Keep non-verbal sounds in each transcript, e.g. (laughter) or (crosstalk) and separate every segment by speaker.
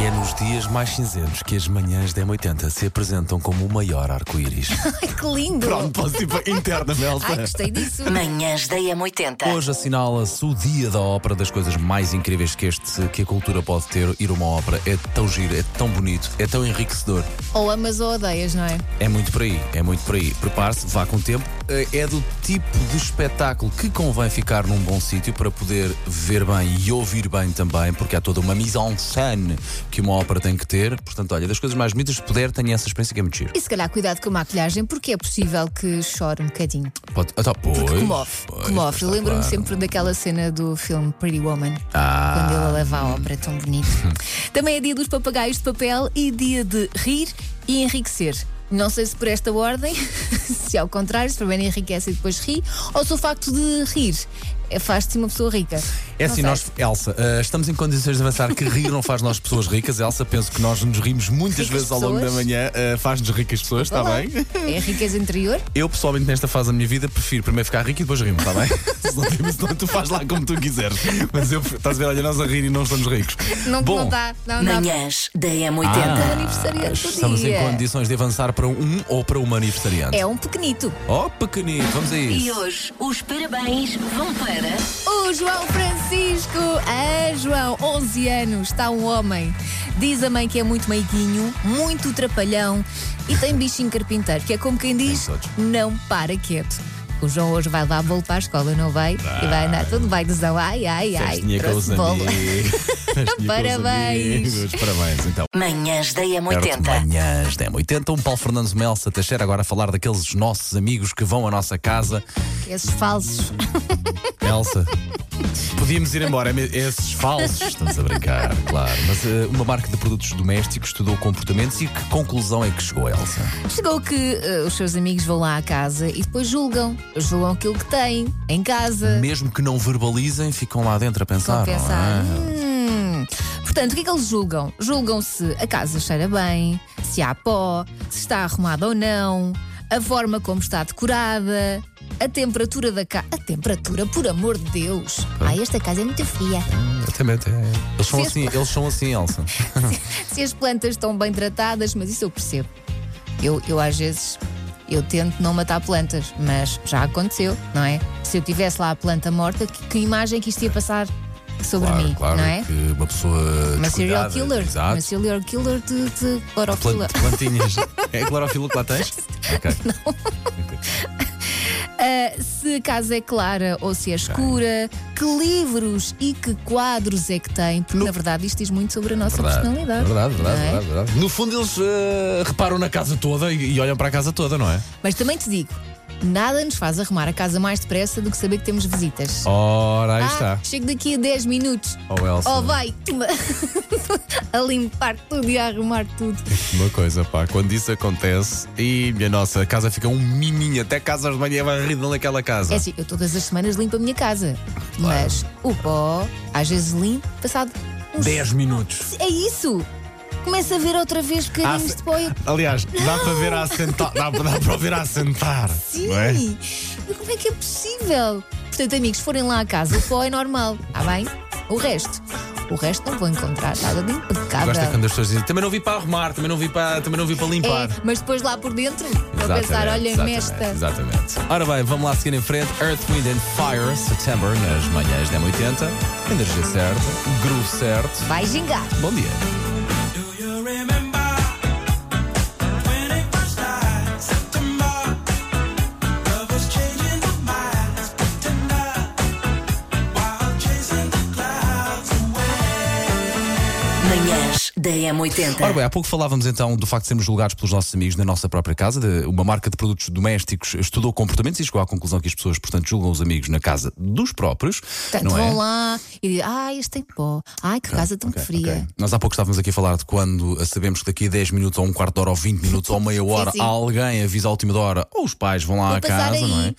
Speaker 1: E é nos dias mais cinzentos que as manhãs da M80 se apresentam como o maior arco-íris.
Speaker 2: Ai, que
Speaker 1: (laughs)
Speaker 2: lindo!
Speaker 1: Pronto, posso ir para interna,
Speaker 2: Ai,
Speaker 1: Melta.
Speaker 2: gostei
Speaker 1: (laughs)
Speaker 2: disso.
Speaker 3: Manhãs da M80.
Speaker 1: Hoje assinala-se o dia da ópera, das coisas mais incríveis que, este, que a cultura pode ter. Ir a uma ópera é tão giro, é tão bonito, é tão enriquecedor.
Speaker 2: Ou amas ou odeias, não é?
Speaker 1: É muito por aí, é muito por aí. Prepare-se, vá com tempo. Eh, É do tipo de espetáculo que convém ficar num bom sítio para poder ver bem e ouvir bem também, porque há toda uma mise en scène que uma ópera tem que ter. Portanto, olha, das coisas mais bonitas, se puder, tenha essa experiência que é muito giro.
Speaker 2: E se calhar cuidado com a maquilhagem, porque é possível que chore um bocadinho.
Speaker 1: Pode, então, pois,
Speaker 2: Porque comove.
Speaker 1: pois,
Speaker 2: comove.
Speaker 1: está
Speaker 2: Eu Lembro-me
Speaker 1: claro.
Speaker 2: sempre daquela cena do filme Pretty Woman,
Speaker 1: Ah.
Speaker 2: quando ele leva a ópera
Speaker 1: (laughs)
Speaker 2: tão bonito. Também é dia dos papagaios de papel e dia de rir e enriquecer. Não sei se por esta ordem, (laughs) se ao contrário, se primeiro enriquece e depois ri, ou se o facto de rir eh, faz-te uma pessoa rica.
Speaker 1: É
Speaker 2: Não
Speaker 1: assim,
Speaker 2: sei.
Speaker 1: nós, Elsa, eh, estamos em condições de avançar que rir não faz nós pessoas ricas. Elsa, penso que nós nos rimos muitas
Speaker 2: Ricas
Speaker 1: vezes ao longo da
Speaker 2: pessoas?
Speaker 1: manhã. eh, Faz-nos ricas pessoas, está
Speaker 2: Olá.
Speaker 1: bem?
Speaker 2: (laughs) É a riqueza interior?
Speaker 1: Eu, pessoalmente, nesta fase da minha vida, prefiro primeiro ficar rico e depois rimo, está bem? (laughs) se não rimo, senão tu faz lá como tu quiseres. Mas eu, estás a ver, olha, nós a rir e não estamos ricos.
Speaker 2: Não,
Speaker 1: Bom, Ah.
Speaker 2: não dá. Não dá.
Speaker 3: Manhãs da M80.
Speaker 2: aniversariante do
Speaker 1: estamos
Speaker 2: dia.
Speaker 1: em condições de avançar para um ou para uma aniversariante.
Speaker 2: É um pequenito.
Speaker 1: Oh, pequenito, vamos a
Speaker 3: E
Speaker 1: isso.
Speaker 3: hoje os parabéns vão para.
Speaker 2: O João Francisco. Ah, João, 11 anos, está um homem. Diz a mãe que é muito meiguinho, muito trapalhão e tem bichinho carpinteiro, que é como quem diz,
Speaker 1: Tem todos.
Speaker 2: não para quieto. O João hoje vai levar bolo para a escola, não vai? E vai andar todo baigozão. Ai, ai, ai.
Speaker 1: Festinha Ah. com os
Speaker 2: Trouxe bolo.
Speaker 1: amigos. Festinha com os
Speaker 2: Parabéns.
Speaker 1: amigos. Parabéns, então.
Speaker 3: Manhãs da
Speaker 1: Perto de
Speaker 3: M80.
Speaker 1: manhãs, 80 Um Paulo Fernandes Melsa Teixeira agora a falar daqueles nossos amigos que vão à nossa casa.
Speaker 2: (laughs) Esses falsos. (laughs)
Speaker 1: Elsa, podíamos ir embora, mas esses falsos. Estamos a
Speaker 2: (laughs)
Speaker 1: brincar, claro. Mas eh, uma marca de produtos domésticos estudou comportamentos e que conclusão é que chegou, Elsa?
Speaker 2: Chegou que eh, os seus amigos vão lá à casa e depois julgam. Julgam aquilo que têm em casa.
Speaker 1: Mesmo que não verbalizem, ficam lá dentro a pensar.
Speaker 2: Estão a
Speaker 1: não é?
Speaker 2: pensar. "Hum." Portanto, o que é que eles julgam? Julgam se a casa cheira bem, se há pó, se está arrumada ou não, a forma como está decorada, a temperatura da casa. A temperatura, por amor de Deus! Ai, esta casa é muito fria.
Speaker 1: Exatamente. é. Eles são
Speaker 2: Sim.
Speaker 1: assim, eles são assim, Elsa.
Speaker 2: Se as plantas estão bem tratadas, mas isso eu percebo. Eu, eu às vezes. Eu tento não matar plantas, mas já aconteceu, não é? Se eu tivesse lá a planta morta, que, que imagem é que isto ia passar sobre mim, não é?
Speaker 1: que uma pessoa.
Speaker 2: Uma serial
Speaker 1: descuidada,
Speaker 2: killer.
Speaker 1: Exato.
Speaker 2: Uma serial killer de, de clorofila.
Speaker 1: Plant-
Speaker 2: (laughs)
Speaker 1: plantinhas. é clorofila que lá tens? Ok.
Speaker 2: Ah, se a casa é clara ou se é escura, que livros e que quadros é que tem, porque na verdade isto diz muito sobre a nossa personalidade.
Speaker 1: Verdade,
Speaker 2: não é?
Speaker 1: verdade, verdade, verdade. No fundo, eles eh, reparam na casa toda e, e olham para a casa toda, não é?
Speaker 2: Mas também te digo, nada nos faz arrumar a casa mais depressa do que saber que temos visitas.
Speaker 1: Ora, aí
Speaker 2: ah,
Speaker 1: está.
Speaker 2: Chego daqui a 10 minutos.
Speaker 1: Oh, Elsa.
Speaker 2: Oh, vai, tu- (laughs) a limpar tudo e a arrumar tudo.
Speaker 1: Uma coisa, pá, quando isso acontece, e minha nossa, a casa fica um miminho, até casas de manhã é varrida naquela casa.
Speaker 2: É assim, eu todas as semanas limpo a minha casa.
Speaker 1: Claro.
Speaker 2: Mas o pó, às vezes limpo, passado um uns
Speaker 1: 10 minutos.
Speaker 2: É isso! Começa a ver outra vez bocadinhos
Speaker 1: Ah,
Speaker 2: de pó. e eu,
Speaker 1: (laughs) Aliás, dá para ver a assentar. Dá, dá para ver a assentar.
Speaker 2: Sim!
Speaker 1: não é?
Speaker 2: E Como é que é possível? Portanto, amigos, se forem lá a casa, o pó é normal, está bem? O resto? O resto não vou encontrar nada de impecável.
Speaker 1: Gosta quando as pessoas dizem também não vi para arrumar, também não vi para, também não vi para limpar.
Speaker 2: É, mas depois lá por dentro, vou
Speaker 1: Exatamente,
Speaker 2: pensar, olha,
Speaker 1: exatamente,
Speaker 2: mesta.
Speaker 1: Exatamente. Ora bem, vamos lá seguir em frente. Earth, Wind and Fire, September, nas manhãs da M80. Energia certa, groove certo.
Speaker 2: Vai gingar!
Speaker 1: Bom dia.
Speaker 4: Do you remember when it was like September? Love was changing the minds, pretender, while chasing the clouds away.
Speaker 3: Manhãs da M80.
Speaker 1: Ora bem, há pouco falávamos então do facto de sermos julgados pelos nossos amigos na nossa própria casa. De- uma marca de produtos domésticos estudou comportamentos e chegou à conclusão que as pessoas, portanto, julgam os amigos na casa dos próprios.
Speaker 2: Portanto,
Speaker 1: não é? Ah,
Speaker 2: vão lá e dizem, ai, este tem pó, ai, que casa tão
Speaker 1: Ok,
Speaker 2: fria.
Speaker 1: ok. Nós há pouco estávamos aqui a falar de quando sabemos que daqui a 10 minutos, ou um quarto de hora, ou 20 minutos, ou meia hora,
Speaker 2: sim.
Speaker 1: alguém avisa à última hora, ou os pais vão lá
Speaker 2: Vou
Speaker 1: à
Speaker 2: passar
Speaker 1: casa,
Speaker 2: aí.
Speaker 1: não é?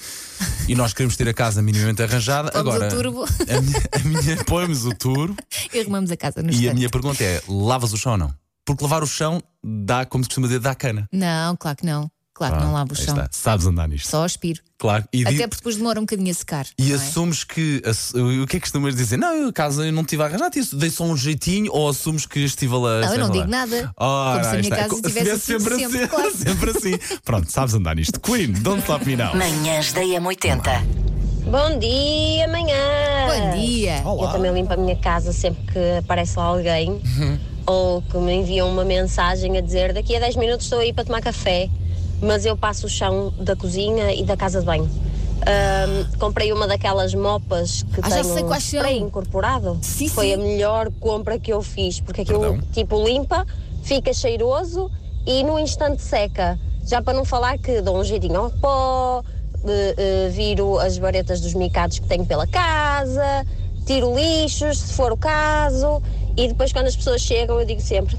Speaker 1: E nós queremos ter a casa minimamente arranjada.
Speaker 2: Pomos
Speaker 1: Agora,
Speaker 2: o turbo.
Speaker 1: A minha, a minha- (laughs) põe-nos o turbo.
Speaker 2: E arrumamos a casa no
Speaker 1: e a
Speaker 2: instante.
Speaker 1: minha pergunta é: lavas o chão ou não? Porque lavar o chão dá, como se costuma dizer, dá cana.
Speaker 2: Não, claro que não. Claro que
Speaker 1: Pá,
Speaker 2: não lavo o
Speaker 1: Ah, aí
Speaker 2: chão.
Speaker 1: está. Sabes andar nisto.
Speaker 2: Só aspiro.
Speaker 1: Claro. E, di-
Speaker 2: Até porque depois demora um bocadinho a secar.
Speaker 1: e
Speaker 2: não é?
Speaker 1: assumes que. ass- O que é que costumas dizer? Não, eu caso eu não tive a arranjar isso, dei só um jeitinho ou assumes que estive a.
Speaker 2: Não, eu não digo nada.
Speaker 1: Ora,
Speaker 2: Como se a
Speaker 1: aí
Speaker 2: minha
Speaker 1: está.
Speaker 2: casa
Speaker 1: Co-
Speaker 2: estivesse
Speaker 1: tivesse
Speaker 2: assim
Speaker 1: sempre,
Speaker 2: sempre,
Speaker 1: assim,
Speaker 2: claro.
Speaker 1: (laughs) sempre assim. Pronto, sabes andar nisto. Queen, don't stop me now.
Speaker 3: Manhãs da M80.
Speaker 5: Bom dia, manhã!
Speaker 2: Bom dia.
Speaker 5: Eu também limpo a minha casa sempre que aparece lá alguém ou que me enviam uma mensagem a dizer daqui a 10 minutos estou aí para tomar café, mas eu passo o chão da cozinha e da casa de banho. Ahm, comprei uma daquelas mopas que
Speaker 2: Ah, já
Speaker 5: tem
Speaker 2: sei
Speaker 5: um
Speaker 2: quais são.
Speaker 5: spray incorporado.
Speaker 2: Sim,
Speaker 5: Foi
Speaker 2: sim.
Speaker 5: a melhor compra que eu fiz, porque aquilo
Speaker 1: Perdão?
Speaker 5: tipo limpa, fica cheiroso e no instante seca. Já para não falar que dou um jeitinho ao pó, eh, eh, viro as varetas dos micados que tenho pela casa, tiro lixos, se for o caso, e depois quando as pessoas chegam eu digo sempre.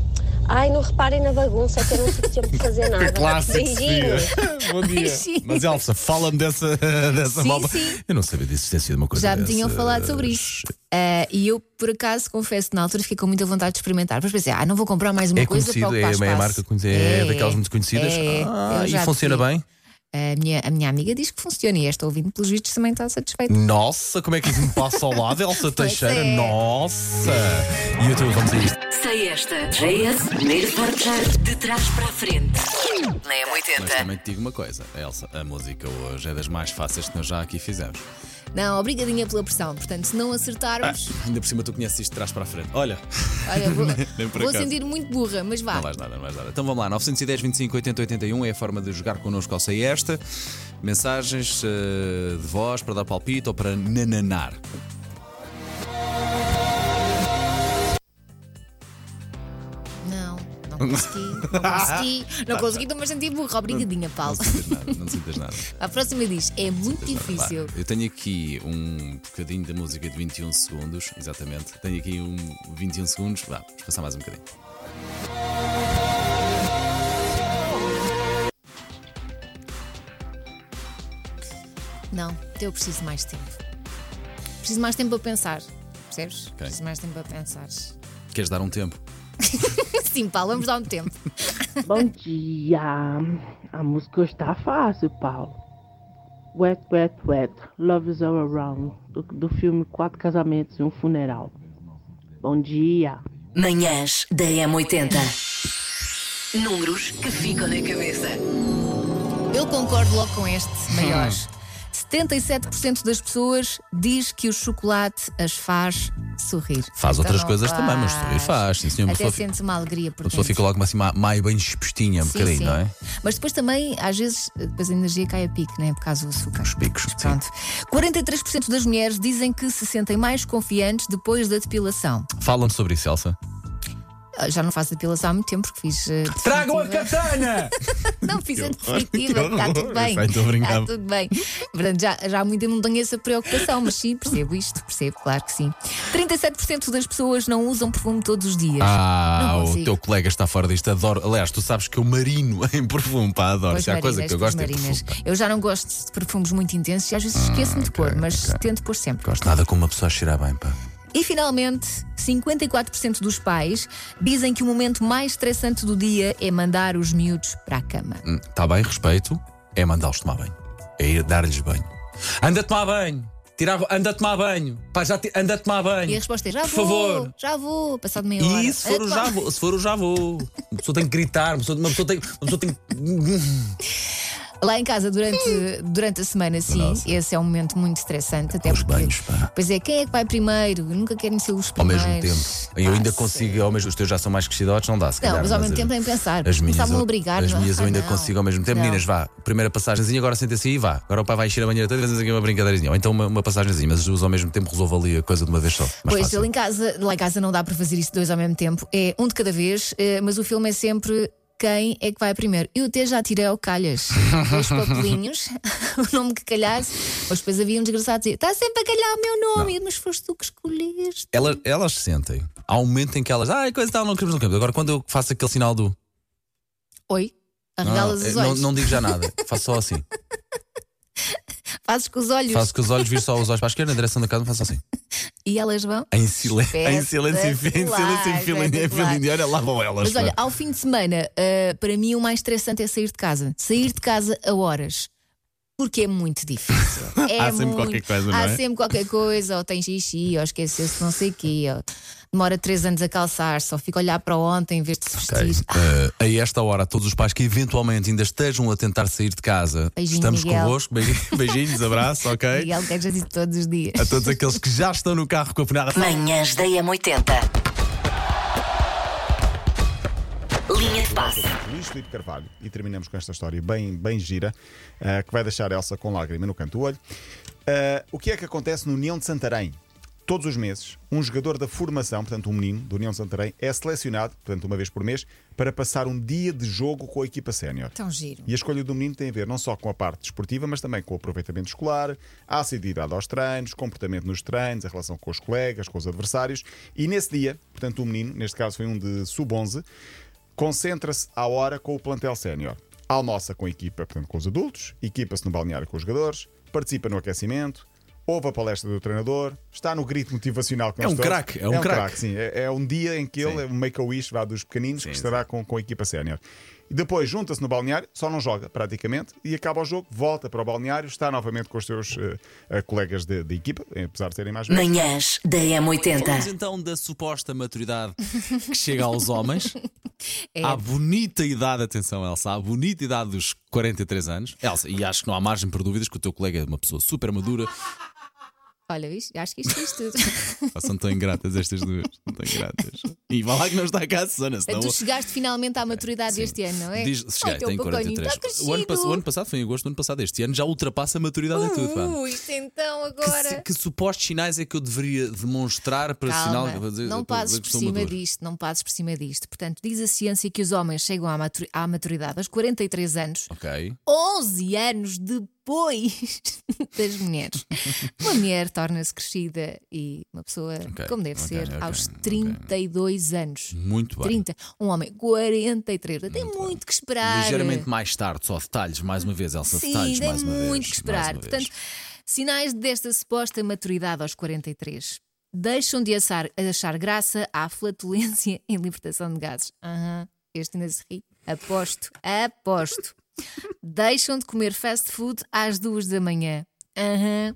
Speaker 5: Ai, não reparem na bagunça, é que eu não tive tempo de fazer nada. Beijinhos.
Speaker 1: (laughs) Bom dia.
Speaker 2: Beijinhos.
Speaker 1: Mas Elsa, fala-me dessa, (laughs) dessa
Speaker 2: Sim,
Speaker 1: mopa.
Speaker 2: sim.
Speaker 1: Eu não sabia da existência de uma coisa
Speaker 2: Já me
Speaker 1: dessas.
Speaker 2: tinham falado sobre isso. Ah, e eu, por acaso, confesso, na altura fiquei com muita vontade de experimentar. Mas pensei, ah, não vou comprar mais uma
Speaker 1: É
Speaker 2: coisa para
Speaker 1: conhecido, é,
Speaker 2: ocupar
Speaker 1: é
Speaker 2: espaço.
Speaker 1: a marca conhecida, é, daquelas muito conhecidas.
Speaker 2: é, é.
Speaker 1: Ah,
Speaker 2: Eu
Speaker 1: e
Speaker 2: já
Speaker 1: funciona
Speaker 2: pedi.
Speaker 1: bem?
Speaker 2: A minha, a minha amiga diz que funciona e esta ouvindo, pelos vistos, também está satisfeita.
Speaker 1: Nossa, como é que isso me passa ao lado, Elsa
Speaker 2: (laughs) Pois
Speaker 1: Teixeira?
Speaker 2: é.
Speaker 1: Nossa! E eu estou vamos a isto.
Speaker 3: Sei esta. JS, primeiro portar de trás para a frente. Na
Speaker 1: Mas
Speaker 3: M80.
Speaker 1: também te digo uma coisa, Elsa, a música hoje é das mais fáceis que nós já aqui fizemos.
Speaker 2: Não, obrigadinha pela pressão. Portanto, se não acertarmos,
Speaker 1: Ainda por cima tu conheces isto de trás para a frente. Olha,
Speaker 2: olha, vou,
Speaker 1: Ah. (laughs) Nem por
Speaker 2: vou
Speaker 1: acaso.
Speaker 2: sentir muito burra, mas vá.
Speaker 1: não vais nada, não vais nada. Então vamos lá, 910 25 80 81 é a forma de jogar connosco ao Sei Esta. Mensagens eh, de voz para dar palpite ou para nananar.
Speaker 2: Não, não consegui, não consegui, não consegui, estou-me a sentir burra. Obrigadinha, Paulo.
Speaker 1: Não sintas nada, não sintas nada.
Speaker 2: A próxima diz: é muito
Speaker 1: Vá,
Speaker 2: difícil.
Speaker 1: Eu tenho aqui um bocadinho da música de 21 segundos, exatamente. Tenho aqui um 21 segundos. Vá, vamos passar mais um bocadinho.
Speaker 2: Não, eu preciso mais tempo. Preciso mais tempo para pensar. Percebes? Preciso mais tempo para pensar. (laughs)
Speaker 1: Queres dar um tempo?
Speaker 2: Sim, Paulo, vamos dar um tempo.
Speaker 6: Bom dia. A música está fácil, Paulo. Wet, wet, wet. Love is all around. Do, do filme Quatro Casamentos e um Funeral. Bom dia.
Speaker 3: Manhãs da M80. Números que ficam na cabeça.
Speaker 2: Eu concordo logo com este
Speaker 1: Hum.
Speaker 2: maior. 77% das pessoas diz que o chocolate as faz sorrir.
Speaker 1: Faz
Speaker 2: Então
Speaker 1: outras
Speaker 2: não
Speaker 1: coisas também, mas sorrir faz, sim, senhor, uma
Speaker 2: Até
Speaker 1: pessoa fica-
Speaker 2: sente uma alegria por
Speaker 1: A pessoa
Speaker 2: dentro.
Speaker 1: fica logo assim, ma- mais bem espestinha, um
Speaker 2: Sim,
Speaker 1: bocadinho,
Speaker 2: sim.
Speaker 1: não é?
Speaker 2: Mas depois também, às vezes, depois a energia cai a pique, né? Por causa do açúcar. Os
Speaker 1: picos, sim.
Speaker 2: Pronto. 43% das mulheres dizem que se sentem mais confiantes depois da depilação.
Speaker 1: Fala-me sobre isso, Elsa.
Speaker 2: Ah, Já não faço depilação há muito tempo porque fiz. eh, definitiva.
Speaker 1: katana!
Speaker 2: Não, fiz a
Speaker 1: (laughs)
Speaker 2: definitiva, está tudo bem.
Speaker 1: Perfeito, obrigado.
Speaker 2: Está tudo bem. Portanto, já, já há muito tempo não tenho essa preocupação, mas sim, percebo isto, percebo, claro que sim. 37% das pessoas não usam perfume todos os dias.
Speaker 1: Ah,
Speaker 2: (laughs)
Speaker 1: o
Speaker 2: Não consigo.
Speaker 1: teu colega está fora disto, adoro. Aliás, tu sabes que eu marino (laughs) em perfume, pá, adoro.
Speaker 2: Pois
Speaker 1: Se há coisa
Speaker 2: marinas,
Speaker 1: que eu
Speaker 2: pois
Speaker 1: gosto é
Speaker 2: marinas.
Speaker 1: perfume. pá.
Speaker 2: Eu já não gosto de perfumes muito intensos e às vezes esqueço-me de pôr, mas tento pôr sempre.
Speaker 1: Gosto nada como uma pessoa a cheirar bem, pá.
Speaker 2: E finalmente, 54% dos pais dizem que o momento mais estressante do dia é mandar os miúdos para a cama.
Speaker 1: Está Tá bem, respeito, é mandá-los tomar banho. É ir dar-lhes banho. Anda a tomar banho! Tirar, anda a tomar banho! Pá, já ti- anda a tomar banho!
Speaker 2: E a resposta é: já
Speaker 1: Hum. Por
Speaker 2: vou,
Speaker 1: favor.
Speaker 2: já vou, passado meia hora.
Speaker 1: E se for, o já vou, se for o já vou. Uma pessoa tem que gritar, uma pessoa, uma pessoa tem, uma pessoa tem que.
Speaker 2: Lá em casa, durante, durante a semana, sim,
Speaker 1: Nossa.
Speaker 2: esse é um momento muito estressante. Até
Speaker 1: Os
Speaker 2: porque,
Speaker 1: banhos, pá.
Speaker 2: Pois é, quem é que vai primeiro? Nunca querem ser os
Speaker 1: ao
Speaker 2: primeiros.
Speaker 1: mesmo tempo. Eu
Speaker 2: Ah,
Speaker 1: ainda
Speaker 2: sim.
Speaker 1: consigo, ao mesmo, os teus já são mais crescidotes, não dá, se
Speaker 2: Não,
Speaker 1: calhar.
Speaker 2: mas ao mesmo
Speaker 1: as-
Speaker 2: tempo nem pensar.
Speaker 1: As minhas,
Speaker 2: Começavam a
Speaker 1: eu-
Speaker 2: brigar.
Speaker 1: as
Speaker 2: não é?
Speaker 1: minhas eu
Speaker 2: Ah,
Speaker 1: ainda
Speaker 2: não.
Speaker 1: consigo ao mesmo tempo.
Speaker 2: Não.
Speaker 1: Meninas, vá, primeira passagenzinha, agora senta-se aí e vá. Agora o pai vai encher a banheira toda e fazemos aqui uma brincadeirazinha. Ou então uma, uma passagenzinha, mas as duas ao mesmo tempo resolve ali a coisa de uma vez só. é Mais
Speaker 2: Pois,
Speaker 1: fácil.
Speaker 2: lá em, casa, lá em casa não dá para fazer isso dois ao mesmo tempo. É um de cada vez, eh, mas o filme é sempre quem é que vai primeiro. Eu até já tirei ao calhas dois papelinhos, (laughs) o nome que calhasse, mas depois havia um desgraçado a dizer: está sempre a calhar o meu nome, mas foste tu que escolheste.
Speaker 1: Elas, elas sentem. Há um momento em que elas. Ah, coisa e tal, não queremos no campo. Agora, quando eu faço aquele sinal do.
Speaker 2: Oi,
Speaker 1: Não,
Speaker 2: arregalas
Speaker 1: eh,
Speaker 2: os
Speaker 1: não,
Speaker 2: olhos,
Speaker 1: não digo já
Speaker 2: (laughs)
Speaker 1: nada. faço só assim.
Speaker 2: fazes com os olhos.
Speaker 1: Faço com os olhos, viro só os olhos para a esquerda, na direção da casa, faço assim.
Speaker 2: E elas vão.
Speaker 1: Em, silen- em silêncio, em silêncio, em fila- em fila
Speaker 2: espetacular.
Speaker 1: indiana, lá vão elas.
Speaker 2: Mas olha,
Speaker 1: pá.
Speaker 2: ao fim de semana, ah, para mim o mais estressante é sair de casa. Sair de casa a horas. Porque é muito
Speaker 1: (laughs)
Speaker 2: difícil. É
Speaker 1: Há sempre
Speaker 2: muito-
Speaker 1: qualquer coisa, não
Speaker 2: Há
Speaker 1: é?
Speaker 2: sempre qualquer coisa, ou tem xixi, ou esqueceu-se de não sei o quê, ou demora três anos a calçar, só fica a olhar para ontem em vez de se vestir.
Speaker 1: Ok. Eh, a esta hora, a todos os pais que eventualmente ainda estejam a tentar sair de casa,
Speaker 2: Beijinho,
Speaker 1: estamos
Speaker 2: Miguel.
Speaker 1: convosco. Beijinhos, (laughs) beijinhos abraço, ok?
Speaker 2: Miguel quer dizer todos os dias.
Speaker 1: A todos aqueles que já estão no carro com a penada.
Speaker 3: Manhãs da M80. Linha de passe.
Speaker 7: Luís Filipe Carvalho, e terminamos com esta história bem, bem gira, ah, que vai deixar Elsa com lágrima no canto do olho. Ah, o que é que acontece no União de Santarém? Todos os meses, um jogador da formação, portanto um menino do União de Santarém, é selecionado, portanto uma vez por mês, para passar um dia de jogo com a equipa sénior.
Speaker 2: Tão giro.
Speaker 7: E a escolha do menino tem a ver não só com a parte desportiva, mas também com o aproveitamento escolar, a assiduidade aos treinos, comportamento nos treinos, a relação com os colegas, com os adversários. E nesse dia, portanto, o menino, neste caso foi um de sub-11, concentra-se à hora com o plantel sénior. Almoça com a equipa, portanto, com os adultos, equipa-se no balneário com os jogadores, participa no aquecimento, ouve a palestra do treinador, está no grito motivacional que
Speaker 1: É
Speaker 7: nós
Speaker 1: um
Speaker 7: todos-
Speaker 1: craque, é um craque.
Speaker 7: sim. É, é um dia em que ele
Speaker 1: Sim.
Speaker 7: é um make-a-wish vá, dos pequeninos que estará com, com a equipa sénior. E depois junta-se no balneário, só não joga praticamente, e acaba o jogo, volta para o balneário, está novamente com os seus eh, eh, colegas de, de equipa, eh, apesar de serem mais velhos.
Speaker 3: Manhãs da
Speaker 1: Falamos
Speaker 3: M80.
Speaker 1: então da suposta maturidade que chega aos homens.
Speaker 2: (laughs) É.
Speaker 1: À bonita idade, atenção, Elsa, à bonita idade dos 43 anos. Elsa, e acho que não há margem para dúvidas que o teu colega é uma pessoa super
Speaker 2: (laughs)
Speaker 1: madura.
Speaker 2: Olha, isto, acho que isto diz
Speaker 1: (laughs)
Speaker 2: tudo. (laughs)
Speaker 1: Pá, São tão ingratas estas duas. São tão ingratas. E vai lá que não está cá a Susana, senão.
Speaker 2: tu chegaste finalmente à maturidade
Speaker 1: Sim.
Speaker 2: este ano, não é?
Speaker 1: Diz, cheguei,
Speaker 2: Ai, teu
Speaker 1: tenho
Speaker 2: pequenino,
Speaker 1: 43.
Speaker 2: tá crescido.
Speaker 1: o, ano, pass- o ano passado foi em agosto, o ano passado, este ano já ultrapassa a maturidade em tudo. pá.
Speaker 2: Uh, isto então
Speaker 1: Que,
Speaker 2: agora.
Speaker 1: se- que supostos sinais é que eu deveria demonstrar para sinal
Speaker 2: Calma,
Speaker 1: para dizer-
Speaker 2: não
Speaker 1: para
Speaker 2: passes
Speaker 1: dizer
Speaker 2: por
Speaker 1: que sou
Speaker 2: cima
Speaker 1: maduro?
Speaker 2: disto, não passes por cima disto. Portanto, diz a ciência que os homens chegam à, maturi- à maturidade aos 43 anos,
Speaker 1: Ok.
Speaker 2: 11 anos depois (laughs)
Speaker 1: (laughs)
Speaker 2: das mulheres. Uma mulher torna-se crescida e uma pessoa,
Speaker 1: Ok,
Speaker 2: como deve
Speaker 1: ok,
Speaker 2: ser,
Speaker 1: ok,
Speaker 2: aos
Speaker 1: ok.
Speaker 2: 32 anos.
Speaker 1: Muito bem.
Speaker 2: 30, um homem 43, tem muito, que esperar.
Speaker 1: Ligeiramente mais tarde, só detalhes, mais uma vez, Elsa,
Speaker 2: Sim,
Speaker 1: detalhes
Speaker 2: tem
Speaker 1: mais uma vez.
Speaker 2: muito que
Speaker 1: mais
Speaker 2: esperar.
Speaker 1: uma vez.
Speaker 2: Portanto, sinais desta suposta maturidade aos 43. Deixam de achar, achar graça à (laughs) flatulência em libertação de gases. Aham, este ainda se ri. Aposto, aposto. Deixam de comer fast food às duas da manhã. Aham.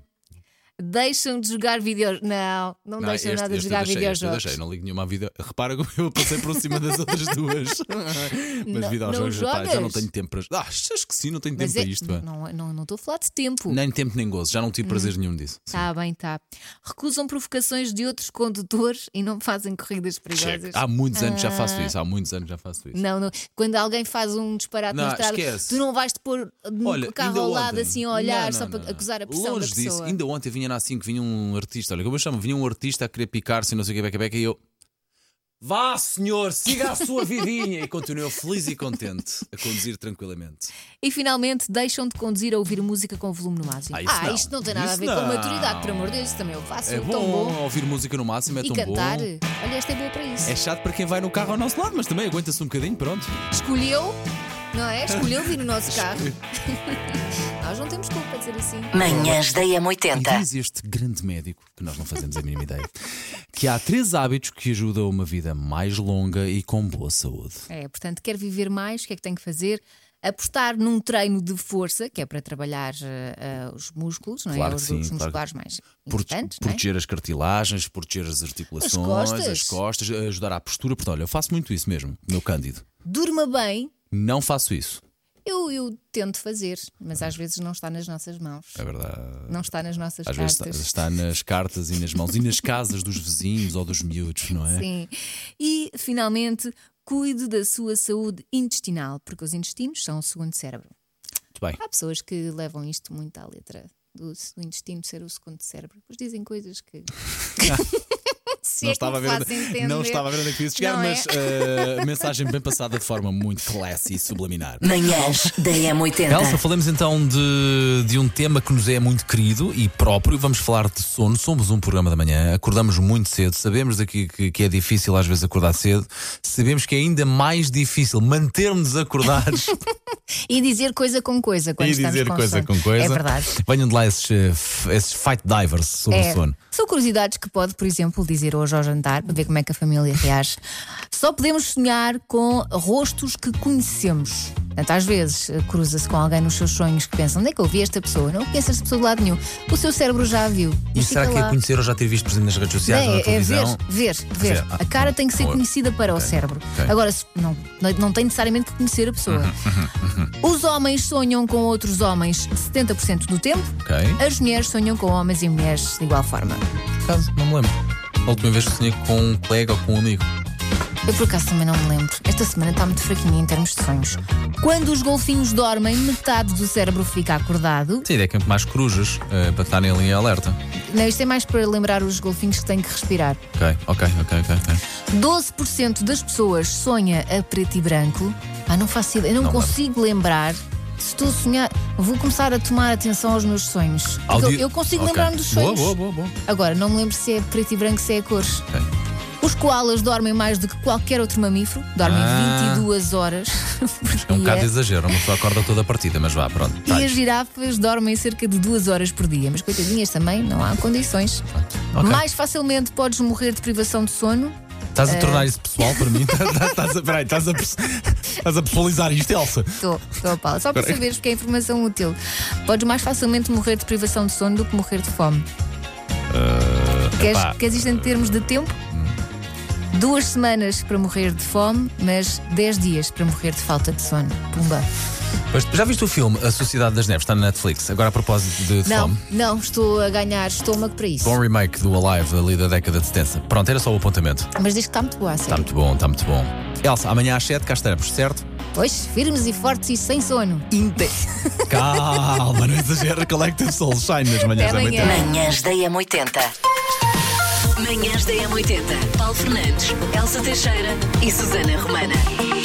Speaker 2: Deixam de jogar videojogos. Não, não,
Speaker 1: Não,
Speaker 2: deixam
Speaker 1: este-
Speaker 2: nada de
Speaker 1: este eu
Speaker 2: jogar
Speaker 1: deixei, este eu
Speaker 2: videojogos.
Speaker 1: deixei, não ligo nenhuma vida. Repara como eu passei por cima das (laughs) outras
Speaker 2: (laughs)
Speaker 1: duas. Mas
Speaker 2: Não-
Speaker 1: vida aos
Speaker 2: não
Speaker 1: jogos, rapaz, já não
Speaker 2: jogas?
Speaker 1: tenho tempo para. Ah, acho que sim, não tenho tempo
Speaker 2: Mas é,
Speaker 1: para isto. pá.
Speaker 2: não Hum. não- não estou a falar de tempo.
Speaker 1: Nem tempo nem gozo, já não tive prazer nenhum disso. Sim.
Speaker 2: Está Tá bem, está. Recusam provocações de outros condutores e não fazem corridas perigosas.
Speaker 1: é Há muitos anos já faço
Speaker 2: Ah.
Speaker 1: isso, há muitos anos já faço isso.
Speaker 2: Não, não. Quando alguém faz um disparate
Speaker 1: Não,
Speaker 2: na estrada,
Speaker 1: esquece.
Speaker 2: tu não vais te pôr no
Speaker 1: Olha,
Speaker 2: carro
Speaker 1: ainda
Speaker 2: ao lado
Speaker 1: ontem-
Speaker 2: assim a
Speaker 1: Não, não,
Speaker 2: olhar só
Speaker 1: não,
Speaker 2: para
Speaker 1: não.
Speaker 2: acusar a pressão
Speaker 1: Longe
Speaker 2: da pessoa.
Speaker 1: disso, ainda ontem vinha na assim que vinha um artista, olha como eu chamo, vinha um artista a querer picar-se, não sei o que, beca, beca, e eu. Vá, senhor, siga a sua vidinha! E continuou feliz e contente a conduzir tranquilamente.
Speaker 2: E finalmente deixam de conduzir a ouvir música com volume no máximo.
Speaker 1: Ah, isso não.
Speaker 2: isto não tem nada
Speaker 1: Isso
Speaker 2: a ver
Speaker 1: não.
Speaker 2: com maturidade, por amor de Deus, isso também eu faço
Speaker 1: É
Speaker 2: tão
Speaker 1: bom,
Speaker 2: bom.
Speaker 1: ouvir música no máximo, é
Speaker 2: E
Speaker 1: tão
Speaker 2: cantar,
Speaker 1: bom.
Speaker 2: olha, esta é boa para isso.
Speaker 1: É chato para quem vai no carro ao nosso lado, mas também aguenta-se um bocadinho, pronto.
Speaker 2: Escolheu, não é? Escolheu vir no nosso
Speaker 1: (laughs)
Speaker 2: carro. (laughs) Nós não temos culpa de dizer assim.
Speaker 3: Manhãs da
Speaker 1: E
Speaker 3: M80.
Speaker 1: diz este grande médico, que nós não fazemos a mínima ideia, que há três hábitos que ajudam a uma vida mais longa e com boa saúde.
Speaker 2: É, portanto, quer viver mais, o que é que tem que fazer? Apostar num treino de força, que é para trabalhar eh, eh, os músculos, não é?
Speaker 1: Claro que
Speaker 2: os
Speaker 1: sim,
Speaker 2: grupos
Speaker 1: claro.
Speaker 2: musculares mais
Speaker 1: Prote-
Speaker 2: importantes, não é?
Speaker 1: proteger as cartilagens, proteger as articulações,
Speaker 2: costas.
Speaker 1: as costas, ajudar à postura. Portanto, olha, eu faço muito isso mesmo, meu Cândido.
Speaker 2: Durma bem,
Speaker 1: Não faço isso.
Speaker 2: eu, eu tento fazer, mas às vezes não está nas nossas mãos.
Speaker 1: É verdade.
Speaker 2: Não está nas nossas
Speaker 1: Às vezes
Speaker 2: cartas.
Speaker 1: está, está nas cartas e nas mãos e nas casas dos vizinhos ou dos miúdos, não é?
Speaker 2: Sim. E, finalmente, cuide da sua saúde intestinal, porque os intestinos são o segundo cérebro.
Speaker 1: Muito bem.
Speaker 2: Há pessoas que levam isto muito
Speaker 1: (laughs)
Speaker 2: à letra do, do intestino ser o segundo cérebro, pois dizem coisas que. (laughs) Se
Speaker 1: Ah. não
Speaker 2: é que
Speaker 1: estava a
Speaker 2: me
Speaker 1: ver,
Speaker 2: fazes entender.
Speaker 1: não estava a ver onde é que quis chegar,
Speaker 2: Não é?
Speaker 1: mas eh, mensagem bem passada de forma muito classe e subliminar.
Speaker 3: Manhãs da
Speaker 1: Elsa,
Speaker 3: M80.
Speaker 1: falamos então de, de um tema que nos é muito querido e próprio. Vamos falar de sono. Somos um programa da manhã, acordamos muito cedo. Sabemos aqui que, que é difícil às vezes acordar cedo. Sabemos que é ainda mais difícil manter-nos acordados
Speaker 2: E dizer coisa com coisa (laughs) quando
Speaker 1: e
Speaker 2: estamos
Speaker 1: dizer
Speaker 2: com
Speaker 1: coisa
Speaker 2: sono.
Speaker 1: com coisa.
Speaker 2: É verdade.
Speaker 1: Venham de lá esses, eh, f- esses fight divers sobre o
Speaker 2: É.
Speaker 1: sono.
Speaker 2: São curiosidades que pode, por exemplo, dizer hoje ao jantar, para ver como é que a família reage. Só podemos sonhar com rostos que conhecemos. Portanto, às vezes eh, cruza-se com alguém nos seus sonhos que pensa: onde é que eu vi esta pessoa? Não conheço esta pessoa de lado nenhum. O seu cérebro já a viu.
Speaker 1: E
Speaker 2: Mas
Speaker 1: será
Speaker 2: fica
Speaker 1: que é
Speaker 2: lá.
Speaker 1: conhecer ou já ter visto, por exemplo, nas redes
Speaker 2: Não,
Speaker 1: sociais ou na
Speaker 2: é, é ver,
Speaker 1: televisão?
Speaker 2: ver,
Speaker 1: Quer
Speaker 2: ver.
Speaker 1: dizer,
Speaker 2: A cara tem que ser
Speaker 1: boa.
Speaker 2: conhecida para o
Speaker 1: Ok,
Speaker 2: cérebro.
Speaker 1: ok. Uhum,
Speaker 2: Agora, se- não, não- não tem necessariamente que conhecer a pessoa. Os homens sonham com outros homens 70% do tempo,
Speaker 1: Ok.
Speaker 2: as mulheres sonham com homens e mulheres de igual forma.
Speaker 1: Por acaso, não me lembro. A última vez que sonhei com um colega ou com um amigo.
Speaker 2: Eu por acaso também não me lembro. Esta semana está muito fraquinha em termos de sonhos. Quando os golfinhos dormem, metade do cérebro fica acordado.
Speaker 1: Sim, é campo mais corujas eh, para estarem ali em alerta.
Speaker 2: Não, isto é mais para lembrar os golfinhos que têm que respirar.
Speaker 1: Ok, ok, ok, ok. ok.
Speaker 2: 12% das pessoas sonha a preto e branco. Ah, não faço ideia, eu não,
Speaker 1: Não
Speaker 2: consigo lembrar. Se estou a sonhar, vou começar a tomar atenção aos meus sonhos. Porque
Speaker 1: Ao
Speaker 2: eu-
Speaker 1: dia-
Speaker 2: Eu consigo
Speaker 1: Ok.
Speaker 2: lembrar-me dos sonhos.
Speaker 1: Boa, boa, boa, boa.
Speaker 2: Agora, não me lembro se é preto e branco, se é a cores.
Speaker 1: Ok.
Speaker 2: Os koalas dormem mais do que qualquer outro mamífero. Dormem
Speaker 1: Ah. (laughs)
Speaker 2: 22 horas por
Speaker 1: É um bocado de
Speaker 2: dia.
Speaker 1: exagero, uma pessoa acorda toda a partida, mas vá, pronto.
Speaker 2: E as
Speaker 1: detalhes.
Speaker 2: girafas dormem cerca de 2 horas por dia. Mas coitadinhas também, não há condições.
Speaker 1: Ok.
Speaker 2: Mais facilmente podes morrer de privação de sono.
Speaker 1: Estás a
Speaker 2: eh.
Speaker 1: tornar isso pessoal para mim? (laughs) Tá, Estás a, peraí, estás a, pers- estás a pessoalizar isto, Elsa?
Speaker 2: Estou, estou a Paula. Só para saberes porque é informação útil. Podes mais facilmente morrer de privação de sono do que morrer de fome. queres,
Speaker 1: Ah, epá.
Speaker 2: queres isto em termos de tempo? Duas semanas para morrer de fome, mas 10 dias para morrer de falta de sono. Pumba.
Speaker 1: Pois, já viste o filme A Sociedade das Neves? Está na Netflix. Agora a propósito de, de
Speaker 2: Não,
Speaker 1: fome.
Speaker 2: não, estou a ganhar estômago para isso.
Speaker 1: Bom remake do Alive ali da década de 70. Pronto, era só o apontamento.
Speaker 2: Mas diz que está muito boa a
Speaker 1: Está
Speaker 2: série.
Speaker 1: muito bom, está muito bom. Elsa, amanhã às 7 cá estaremos,
Speaker 2: (laughs)
Speaker 1: certo?
Speaker 2: Pois, firmes e fortes e sem sono.
Speaker 1: Calma, não exagera, Collective Soul Shine nas manhãs
Speaker 2: Até
Speaker 1: da
Speaker 2: amanhã.
Speaker 1: manhã.
Speaker 3: Manhãs da M80. Manhãs da M80. Paulo Fernandes, Elsa Teixeira e Susana Romana.